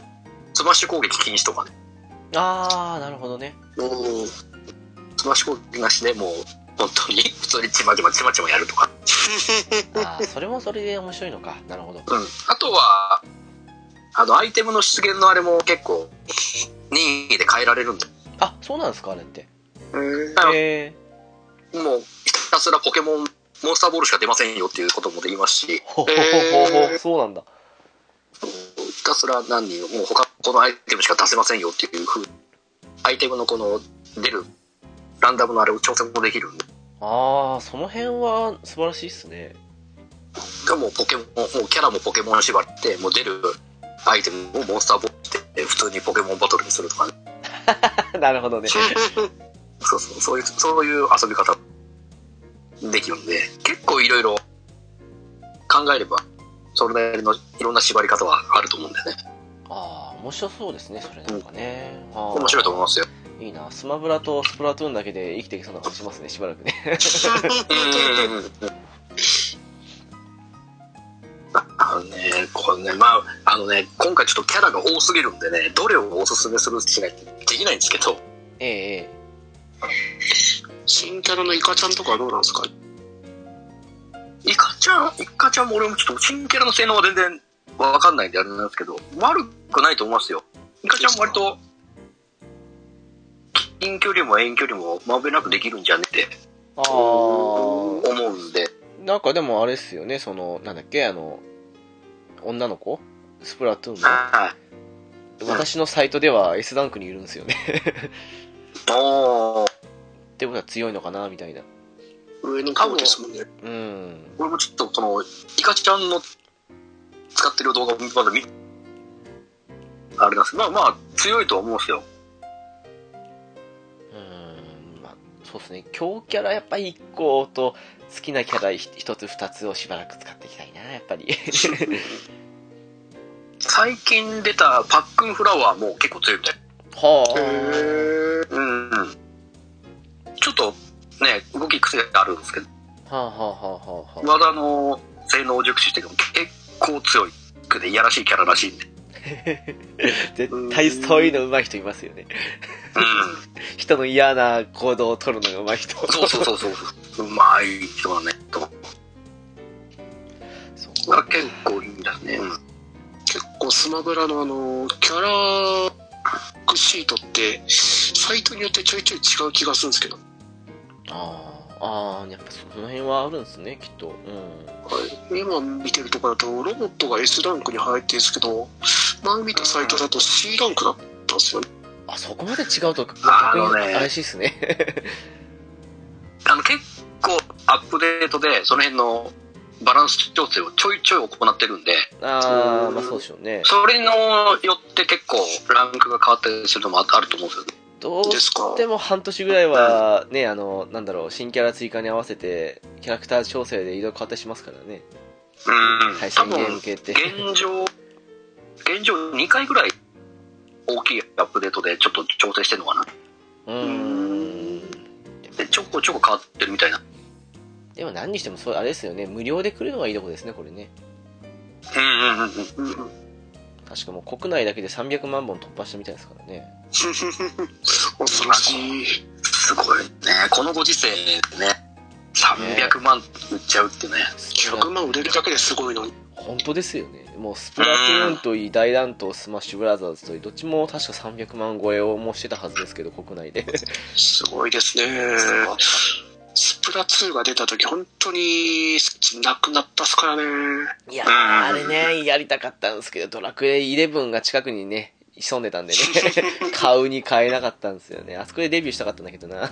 B: スマッシュ攻撃禁止とかね。
A: ああなるほどね
C: ー。
B: ススマッシュ攻撃なしでもう、本当に、普通にちまちまちまちまやるとか。
A: ああ、それもそれで面白いのか。なるほど。
B: うん。あとは、あの、アイテムの出現のあれも結構、任意で変えられるんで、
A: あ、そうなんですか、あれって。
C: うん
B: あ
A: えー、
B: もう、ひたすらポケモン、モンスターボールしか出ませんよっていうこともできますし、
A: ほほほほほ、そうなんだ。
B: ひたすら何人もう他このアイテムしか出せませんよっていうふうアイテムのこの出るランダムのあれを調整もできるんで
A: ああ、その辺は素晴らしいっすね。
B: でもうポケモンもうキャラもポケモン縛ってもう出るアイテムをモンスターボールして普通にポケモンバトルにするとかね
A: なるほどね。
B: そうそうそういうそういう遊び方できるんで結構いろいろ考えればそれなりのいろんな縛り方はあると思うんでね
A: ああ、面白そうですね、それなんかね。あー
B: 面白いと思いますよ
A: いいな、スマブラとスプラトゥーンだけで生きていきそうな感じしますね、しばらくね。
B: うんうんうんうんあのね、これね、まあ、あのね、今回ちょっとキャラが多すぎるんでね、どれをおすすめするしないってできないんですけど、
A: ええええ。
C: 新キャラのイカちゃんとかはどうなんですか
B: イカちゃん、イカちゃんも俺もちょっと新キャラの性能は全然わかんないんであれなんですけど、悪くないと思いますよ。イカちゃんも割と、近距離も遠距離もまんべんなくできるんじゃねって
A: あ
B: 思
A: あ、
B: うんで、
A: なんかでもあれっすよね、その、なんだっけ、あの、女の子スプラトゥーンの
B: はい。
A: 私のサイトでは S ダンクにいるんですよね。
B: おー
A: ってことは強いのかな、みたいな。
C: 上の方ですもんね。
A: うん。
B: 俺もちょっとそのイカちゃんの使ってる動画をまだ見あれなんですけどまあまあ強いとは思うんですよ
A: うん、まあ、そうですね、強キャラやっぱり1個と、好きなキャラ1つ2つをしばらく使っていきたいな、やっぱ り。
B: 最近出たパックンフラワーも結構強いみたい
A: は
B: うん、うん、ちょっとね動き癖があるんですけど
A: あ。はあはあはあはあはあ。
B: 技の性能を熟知してても結構強いくでいやらしいキャラらしいんで
A: 絶対そういうの上手い人いますよね。
B: うん
A: 人の嫌な行動を取るのが上手い人。
B: そうそうそうそうう まい人だねと思う
A: そう
B: だから結構いいんだね、うん、
C: 結構スマブラのあのキャラクシートってサイトによってちょいちょい違う気がするんですけど、
A: あーあー、やっぱその辺はあるんですね、きっと。うん。
C: 今見てるとこだとロボットが S ランクに入ってるんですけど前見たサイトだと C ランクだったんですよね
A: あ、そこまで違うと、逆に
B: あのね
A: 怪しいっすね。
B: あの結構アップデートでその辺のバランス調整をちょいちょい行ってるんで
A: ああ、
C: うん
A: まあそうでしょうね。
B: それのよって結構ランクが変わったりするのもああると思うんですよね
A: どう
C: ですか
A: しても半年ぐらいは、ね、あの、なんだろう、新キャラ追加に合わせて、キャラクター調整で移動変わったりしますからね。
B: う
A: 対
B: ん多
A: 戦ゲーム
B: 分
A: 系って。
B: 現状現状2回ぐらい大きいアップデートでちょっと調整してるのかな
A: うーん。
B: でちょこちょこ変わってるみたいな
A: でも何にしても、そう、あれですよね。無料で来るのがいいとこですね、これね。
B: うんうんうんうん
C: うんうん
A: 確かもう国内だけで300万本突破したみたいですからね。
C: 恐ろしい
B: すごいねこのご時世でね300万売っちゃうってね
A: スプラ
C: 100万売れるだけですごいのに
A: 本当ですよね。もうスプラトゥーンといい、大乱闘、スマッシュブラザーズといい、どっちも確か300万超えをもうしてたはずですけど、国内で。
C: すごいですねスプラ2が出た時本当になくなったっすからね
A: いやー、
B: うん
A: あれね、やりたかったんですけど、ドラクエ11が近くにね、潜んでた んでね、買うに買えなかったんですよね。あそこでデビューしたかったんだけど な。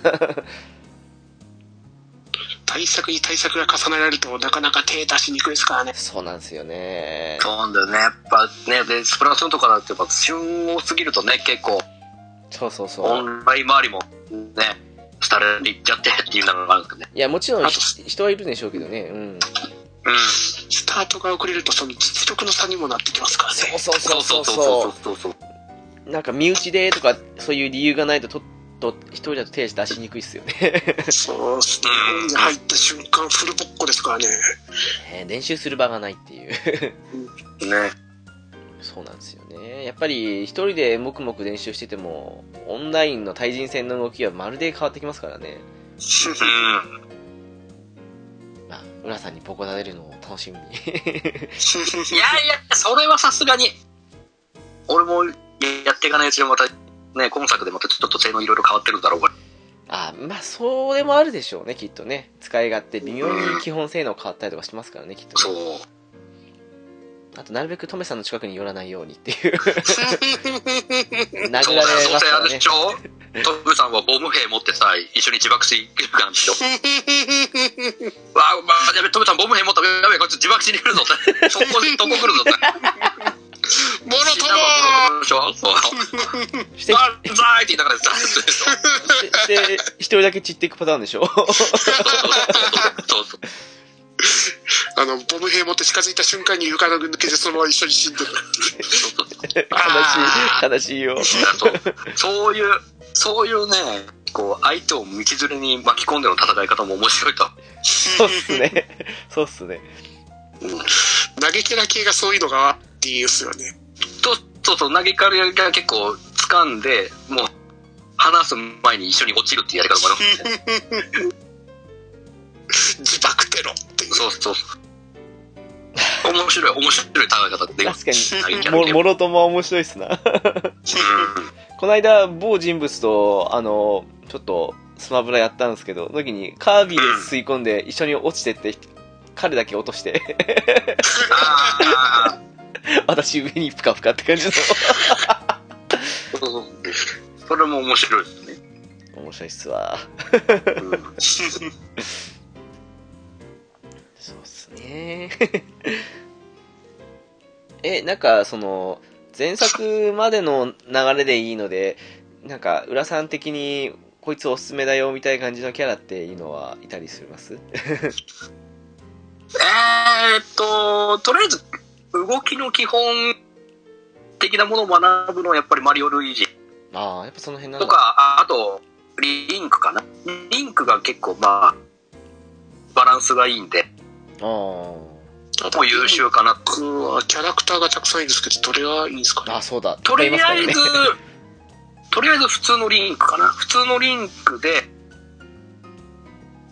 C: 対策に対策が重ねられるとなかなか手出しにくいですからね
A: そうなんですよね。
B: そうなんだよねやっぱねでスプラトゥーンとかだってやっぱ旬を過ぎるとね結構
A: そうそう
B: オ
A: そう。
B: ンライン周りもね廃れていっちゃってっていうのがあるんですけどね
A: いや、もちろん
C: あと
A: ひ人はいるんでしょうけどね。うん。
B: うん
C: スタートが遅れるとその実力の差にもなってきますからね
A: そうそう
B: そ
A: そううそうう
B: そそ
A: そう
B: そうそう
A: う。なんか身内でとか、そういう理由がないと、と、と一人だと手出しにくいっすよね。
C: そうステージに入った瞬間フルボッコですからね
A: ね練習する場がないっていう。
B: ね
A: そうなんですよね。やっぱり一人で黙々練習してても、オンラインの対人戦の動きはまるで変わってきますからね。
B: うん。
A: まあ、浦さんにボコられるのを楽しみに。
B: いやいや、それはさすがに、俺もやっていかないうちにまた、ね、今作でまたちょっと性能いろいろ変わってるんだろうから。
A: あまあ、それもあるでしょうね、きっとね。使い勝手、微妙に基本性能変わったりとかしますからね、きっと
B: そう
A: ね。。あと、なるべくトメさんの近くに寄らないようにっていう。 殴られますか
B: そうだよ、そうだよ、あ
A: ら
B: れ
A: ね
B: でし。ょトムさんはボム兵持ってさ、一緒に自爆しに行くなんでしょ。わあ、まあ、やべ、トムさんボム兵持った。やべ、こっち自爆しに来るぞって。そこ、そこ来るぞって。
C: モロ
B: 死ん
C: ト
B: だ
C: モ
B: もん、でしょそう。
A: して、
B: バンザーイって言いながらザーッでしょ。
A: して、一人だけ散っていくパターンでしょ。
B: そうそう。
C: あの、ボム兵持って近づいた瞬間に床の抜けてそのまま一緒に死んでる。
B: そうそう。
A: 悲しい、悲しいよ。
B: そうそういう、そういうね、こう、相手を道連れに巻き込んでの戦い方も面白いと。
A: そうっすね。そうっすね。
C: 嘆けな系がそういうのがあっていいですよね。
B: と、そうそう、投げかけが結構掴んで、もう、離す前に一緒に落ちるっていうやり方もあるもんね。
C: 自爆テロっていう。
B: そうそう。面白い、面白い戦い方でき ます。
A: 確かに。
B: 投げかけ
A: も、もろとも面白いっすな。この間、某人物と、あの、ちょっと、スマブラやったんですけど、その時に、カービィで吸い込んで、一緒に落ちてって、彼だけ落として、
B: ああ
A: 私上にプカプカって感じの。
B: ー、そうそうそれも面白いですね。
A: 面白いっすわ。
B: うん
A: そうっすね。 え、なんか、その、前作までの流れでいいので、なんか、浦さん的に、こいつおすすめだよみたいな感じのキャラっていうのはいたりします
B: えーっと、とりあえず、動きの基本的なものを学ぶのはやっぱりマリオ・ルイージ
A: ああ、やっぱその辺なん
B: と
A: だ。
B: か、ああと、リンクかな。リンクが結構、まあ、バランスがいいんで、
A: あー
B: もう優秀かなと。
C: 僕はキャラクターがたくさんいるんですけど、どれがいいんですかね
A: あ、そうだ。
B: とりあえ
A: いっぱいいま
B: ず
A: すからね、
B: とりあえず普通のリンクかな。普通のリンクで、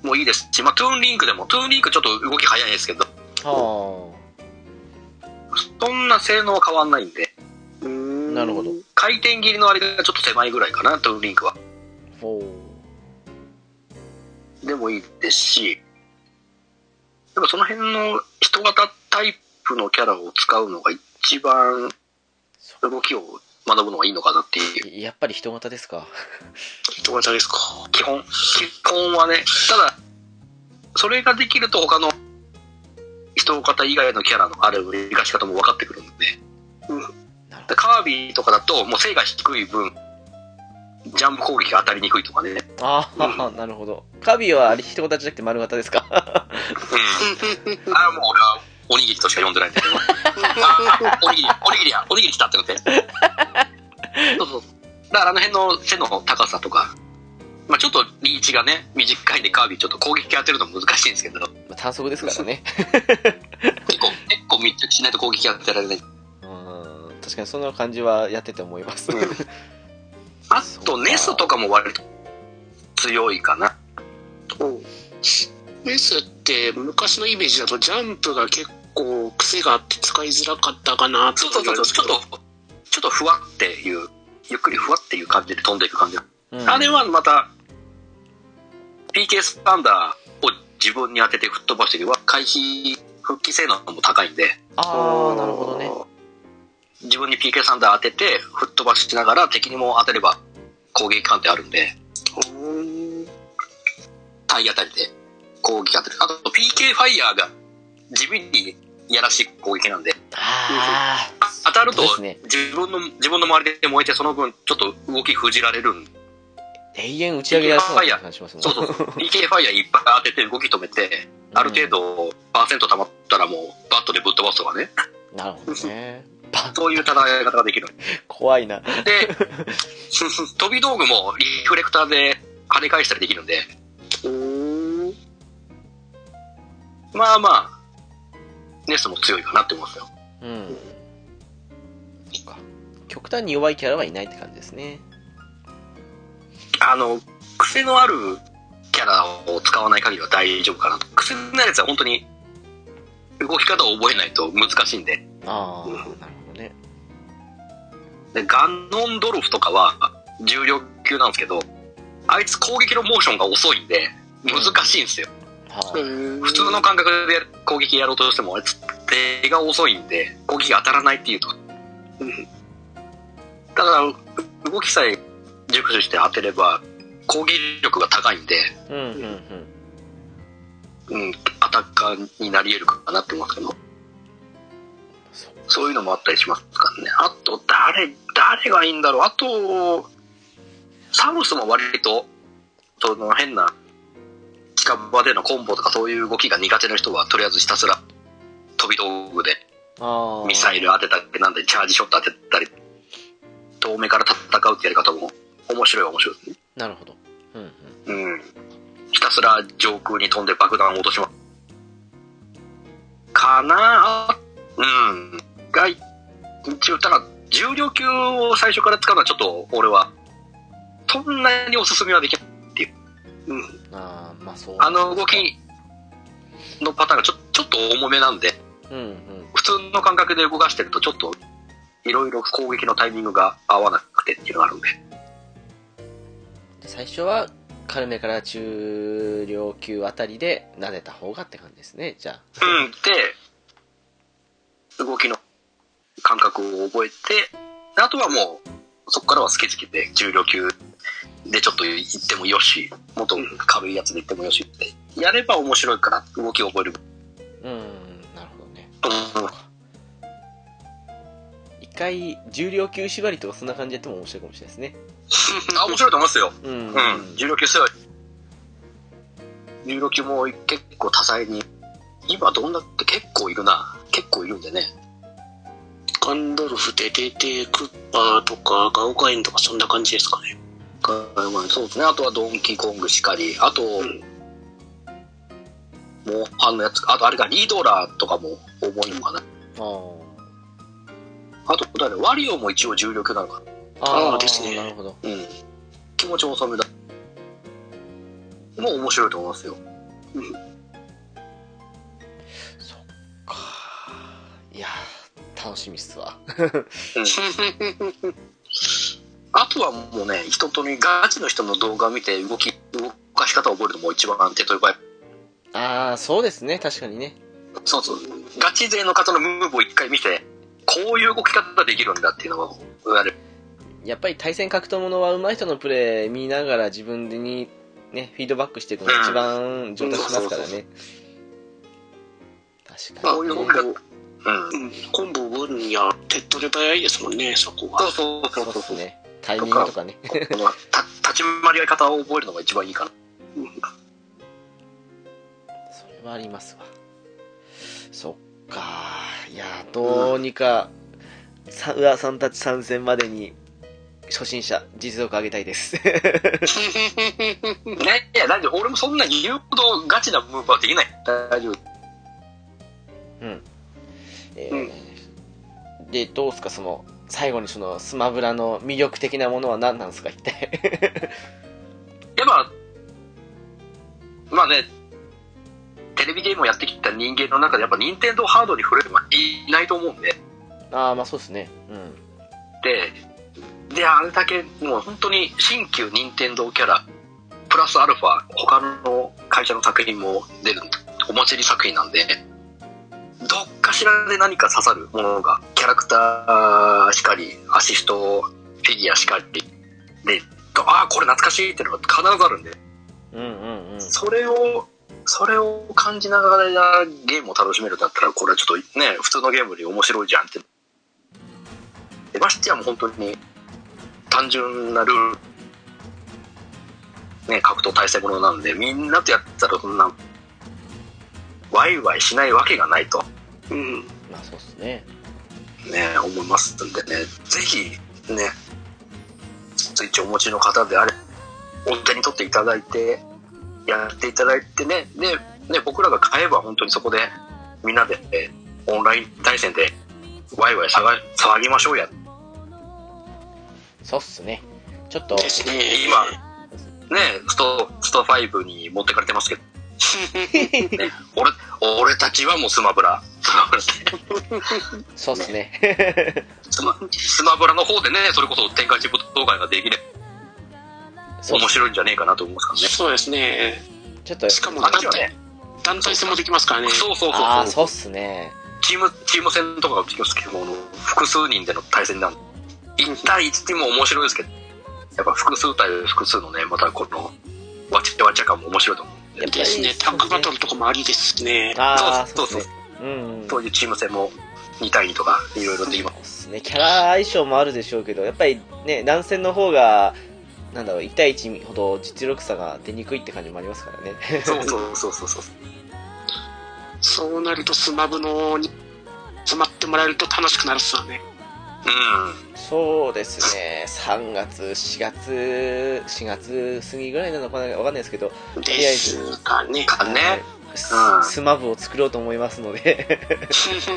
B: もういいですし、まあ、トゥーンリンクでも、トゥーンリンクちょっと動き早いですけど、
A: は
B: そんな性能は変わんないんで、
C: うーん
A: なるほど
B: 回転切りのあれがちょっと狭いぐらいかな、トゥーンリンクは。
A: あ。ほう。
B: でもいいですし、やっぱその辺の人型タイプのキャラを使うのが一番
A: そ
B: 動きを学ぶのがいいのかなっていう。
A: やっぱり人型ですか。
C: どう型ですか
B: 基本、基本はね、ただ、それができると他の人型以外のキャラのある生かし方も分かってくるんで、
A: なるほ
B: でカービィとかだともう背が低い分、ジャンプ攻撃が当たりにくいとかね。うん。
A: ど。ああ、なるほど。カビはあれ人型じゃなくて丸型です か。
B: あれはもう俺はおにぎりとしか読んでないんだ けど。あおにぎり、おにぎりや、おにぎり来たってなって。そうそう。だからあの辺の背の高さとか、まあちょっとリーチがね、短いんでカービィちょっと攻撃当てるの難しいんですけど、
A: まあ短足ですからね。
B: 結構、結構密着しないと攻撃当てられな い。
A: うん。確かにそんな感じはやってて思います。
B: あと、ネスとかも割と強いかな。
C: メスって昔のイメージだとジャンプが結構癖があって使いづらかったかな
B: そうそうそう、ちょっと、ちょっとふわっていう、ゆっくりふわっていう感じで飛んでいく感じ。
A: うん
B: あれはまた、PK スパンダーを自分に当てて吹っ飛ばしていけば、回避復帰性能も高いんで、
A: ああ、なるほどね。
B: 自分に PK サンダー当てて、吹っ飛ばしながら敵にも当てれば攻撃感ってあるんで、体当たりで攻撃当てる。あと PK ファイヤーが地味にやらしい攻撃なんで、
A: ああ。
B: 当たると
A: そうですね
B: 自分の、自分の周りで燃えてその分ちょっと動き封じられ るんで、
A: 永遠打ち上げやすそうな感じしますもん
B: そうそう。PK ファイヤーいっぱい当てて動き止めて、ある程度パーセント溜まったらもうバットでぶっ飛ばすとかね、
A: なるほど ね。ば
B: そういう戦い方ができる。
A: 怖いな。
B: で、 飛び道具もリフレクターで跳ね返したりできるんで、まあまあ、ネスも強いかなって思うんですよ。
A: うん。そっか極端に弱いキャラはいないって感じですね
B: あの、癖のあるキャラを使わない限りは大丈夫かなと。癖のないやつは本当に、動き方を覚えないと難しいんで。
A: ああ
B: うん
A: なるほどね
B: でガノンドルフとかは重量級なんですけど、あいつ攻撃のモーションが遅いんで、難しいんですよ。
A: はい
B: 普通の感覚で攻撃やろうとしても、あいつ手が遅いんで、攻撃が当たらないっていうと。うんだから、動きさえ熟知して当てれば、攻撃力が高いんで、
A: うんうんうん
B: うん、アタッカーになり得るかなって思うんですけど、
A: そ
B: そういうのもあったりしますからね。あと、誰、誰がいいんだろう。あと、サムスも割と、その変な、近場でのコンボとかそういう動きが苦手な人は、とりあえずひたすら飛び道具で
A: ああ
B: ミサイル当てたり、なんでチャージショット当てたり、遠目から戦うってやり方も面白いは面白いですね。
A: なるほどうんうん
B: うん。ひたすら上空に飛んで爆弾を落とします。かなあうん。が、一応、ただ、重量級を最初から使うのはちょっと、俺は、そんなにおすすめはできないっていう。うん。
A: ああまあそう
B: あの動きのパターンがちょちょっと重めなんで、
A: うんうん
B: 普通の感覚で動かしてると、ちょっと、いろいろ攻撃のタイミングが合わなくてっていうのがあるんで。
A: で最初は軽めから中量級あたりで撫でた方がって感じですねじゃあ
B: うん、で、動きの感覚を覚えて、あとはもう、そこからは好き好きで、重量級でちょっと行ってもよし、もっと軽いやつで行ってもよしって、やれば面白いから、動きを覚える。
A: うんなるほどね
B: うん
A: 一回重量級縛りとかそんな感じでやっても面白いかもしれないですね
B: あ、面白いと思いますよ。
A: うん、
B: うん、重量級強い。重量級も結構多彩に、今どんだけ結構いるな。結構いるんでね。
C: ガンドルフ、デデデ、クッパーとか、ガオガエンとか、そんな感じですかね。
B: そうですね。あとはドンキーコングしかり、あと、
C: ん
B: もう、あのやつ、あとあれか、リードラーとかも重いのかな。
A: あ
B: あと、誰、ワリオも一応重力なのかな。
A: あ
C: あーですね
A: なるほど
B: うん。気持ち遅めだ。もう面白いと思いますよ。
A: そっかいやー楽しみっすわ
B: あとはもうね、人とね、ガチの人の動画を見て動き、動かし方を覚えるのも一番手というか、
A: ああそうですね確かにね
B: そうそう。ガチ勢の方のムーブを一回見て、こういう動き方できるんだっていうのが言われる。
A: やっぱり対戦格闘ものは上手い人のプレー見ながら自分でにねフィードバックしていくのが一番上達しますからね確
C: まあ、
A: か
B: こ
A: に
B: ういう
A: ね
B: 動き方。うん
C: う。ん、コンボ覚えるには手っ取り早いですもんね、そこは。
B: そうそうそ
A: そううで
B: そうそ
A: す
B: う。
A: ねタイミングとかね
B: このた立ち回り方を覚えるのが一番いいかな。
A: それはありますわそっかいやどうにかさ浦さんたち参戦までに初心者実力上げたいです
B: ね、いや、大丈夫。俺もそんなに言うほどガチなムーブはできない。大丈夫。
A: うん、えーでどうすかその最後にそのスマブラの魅力的なものは何なんですか一体
B: やっぱ、まあね、テレビゲームをやってきた人間の中で、やっぱ任天堂ハードに触れるのはいないと思うんで、
A: ああまあそうですねうん
B: で、で、あれだけ、もう本当に新旧任天堂キャラ、プラスアルファ、他の会社の作品も出る、お祭り作品なんで、どっかしらで何か刺さるものが、キャラクターしかり、アシスト、フィギュアしかり、で、ああ、これ懐かしいっていうのが必ずあるんで、
A: うんうんうん
B: それを、それを感じながらゲームを楽しめるんだったら、これはちょっとね、普通のゲームより面白いじゃんって。でましてやもう本当に、単純なルール、ね、格闘対戦ものなんで、みんなとやったらそんな、ワイワイしないわけがないと、
C: うん。
A: まあそうですね
B: ね、思いますんでね、ぜひ、ね、スイッチをお持ちの方であれ、お手に取っていただいて、やっていただいてね、で、ね、僕らが買えば本当にそこで、みんなで、えーオンライン対戦で、ワイワイ騒ぎ騒ぎましょうやっ
A: そうっすね。ちょっと、
C: ですね。
B: 今ねスト、スト5に持ってかれてますけど。ね俺、俺たちはもうスマブラ。スマブラ
A: そうっすね。
B: スマスマブラの方でね、それこそ展開地武動画ができれば
A: そう
B: 面白いんじゃねえかなと思いますからね。
C: そうですね。
A: ちょっと、
C: しかも
B: あ
C: 団
B: っちは
C: 体
B: ね、
C: 団体戦もできますからね。
B: そうそうそう
A: ああ、
B: そう
A: そうっすね。
B: チーム、チーム戦とかが結構あの複数人での対戦なんで、1対1っても面白いですけど、やっぱ複数対複数のね、またこの、わちゃわちゃ感も面白いと思う。
A: やっぱり
C: ですね。タッグバトルとかもありですね。
A: ああ、そ
B: そう
A: っ
B: うそ
A: す
B: う
A: ね。うん。
B: そういうチーム戦も2対2とか、いろいろで今、
A: そうっすね。キャラ相性もあるでしょうけど、やっぱりね、男性の方が、なんだろう、1対1ほど実力差が出にくいって感じもありますからね。
B: そうそうそうそうそう。
C: そうなるとスマブのに詰まってもらえると楽しくなるっすよね。
B: う
A: そうですね。3月、4月、4月過ぎぐらいなのかなわかんないですけど、
C: で
A: りあえず
C: すかね。
B: ん。かね、
A: はいス
B: うん
A: スマブを作ろうと思いますので。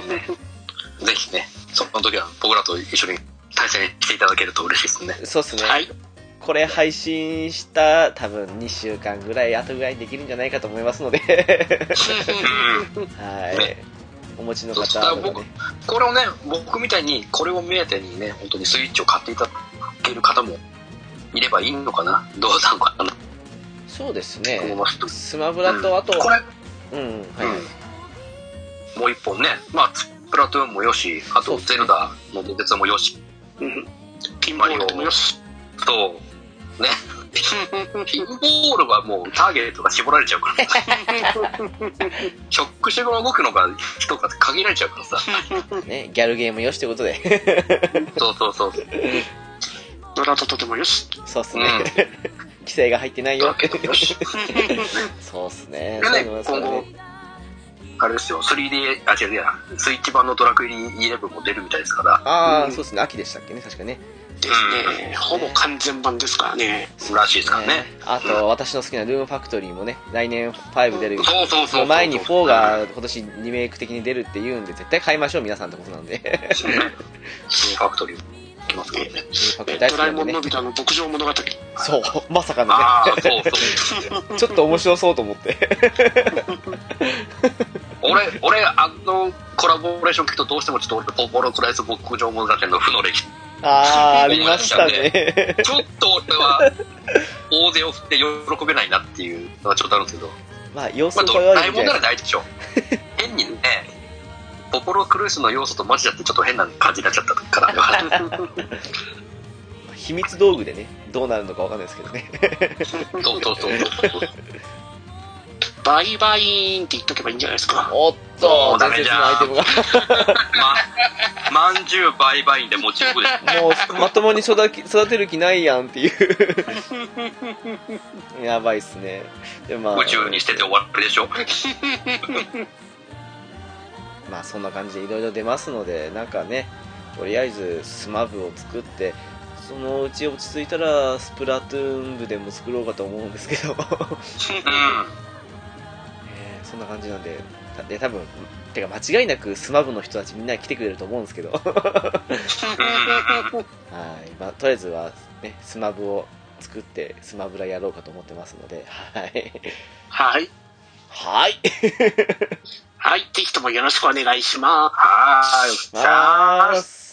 B: ぜひね、その時は僕らと一緒に対戦していただけると嬉しいですね。
A: そうですね。
C: はい。
A: これ配信した多分2週間ぐらい後ぐらいにできるんじゃないかと思いますの で。
B: う
A: はい
B: ね。
A: お持ちの
B: そし
A: 方
B: たら
A: は、ね
B: 僕、これをね、僕みたいに、これを目当てにね、本当にスイッチを買っていただける方もいればいいのかなどうなのかなと
A: そうですね。
B: 思いますと。
A: スマブラと、あと、
B: これ、
A: うん、はいはい。
B: うん、もう一本ね、まあ、プラトゥーンもよし、あ
A: そう
B: と
A: っすね
B: ゼルダの伝説もよし、
C: ピンボールともよし。
B: と、ね、ピンボールはもうターゲットが絞られちゃうから、 職種が動くのが人が限られちゃうからさ。
A: ね、ギャルゲームよしということで。
B: そうそうそう。
C: ドラトとでもよし。
A: そうっす
B: う
A: ね。
B: ん。
A: 規制が入ってないよ
B: だ。けどよし。
A: そうっすね。
B: で
A: そうい
B: ね
A: うのもありま、すから
B: 今後
A: ね、
B: あれですよ、3D、あ、違う違う、スイッチ版のドラクエ11も出るみたいですから、
A: あ
C: う
A: あ、
C: ん
A: そうっすね。秋でしたっけね、確かね。
C: ですね。ほぼ完全版ですからね。
B: らしいですからね。
A: あと、私の好きなルームファクトリーもね、来年5出る。
B: そうそ
A: そ
B: うそう。
A: の前に4が今年リメイク的に出るって言うんで、絶対買いましょう、皆さんってことなんで。ルーム
B: ね、ファクトリー来ますからね。
A: ファクトリー大好
C: ド
A: きな
C: ラえ
A: んで
C: もん
A: ね
C: の。び太の牧場物語。
A: そう、まさかのね。
B: ああ、そうそう。
A: ちょっと面白そうと思って。
B: 俺、俺、あのコラボレーション聞くとどうしてもちょっと俺、ボロクライス牧場物語の負の歴史。
A: ああ、ありましたね。
B: ちょっと俺は、大手を振って喜べないなっていうのはちょっとあるんですけど、
A: まあ、様子
B: まあ、
A: を
B: ド
A: こよ
B: ラ
A: り
B: え
A: みた
B: もん
A: い
B: な
A: な
B: ら。大事でしょ。変にね、ボボロクルイスの要素とマジだってちょっと変な感じになっちゃったから、
A: 秘密道具でね、どうなるのかわかんないですけどね。
B: そうそうそうそう。
C: バイバイーンって言っとけばいいんじゃないで すか。
A: おっ
B: も
A: と、
B: うダ
A: 伝
B: メ
A: 説
B: じ
A: のア
B: ゃ
A: イ
B: ん
A: テムが。
B: ま、まんじゅうバイバインでもちろんで
A: も
B: す。
A: う、まともに育き育てる気ないやんっていう。 やばいっすね。でまあ、
B: 宇宙にしてて終わりでしょ。
A: まあそんな感じでいろいろ出ますのでなんかねとりあえずスマブを作ってそのうち落ち着いたらスプラトゥーン部でも作ろうかと思うんですけど、ね
B: う
A: えそんな感じなんでたで多分てか間違いなくスマブの人たちみんな来てくれると思うんですけ どはい、まあ、とりあえずは、ね、スマブを作ってスマブラやろうかと思ってますのではい
C: はい。
A: はい
C: はい。ぜひともよろしくお願いします。
A: Ah,
B: ん。はーい。じゃあ
A: ま。あ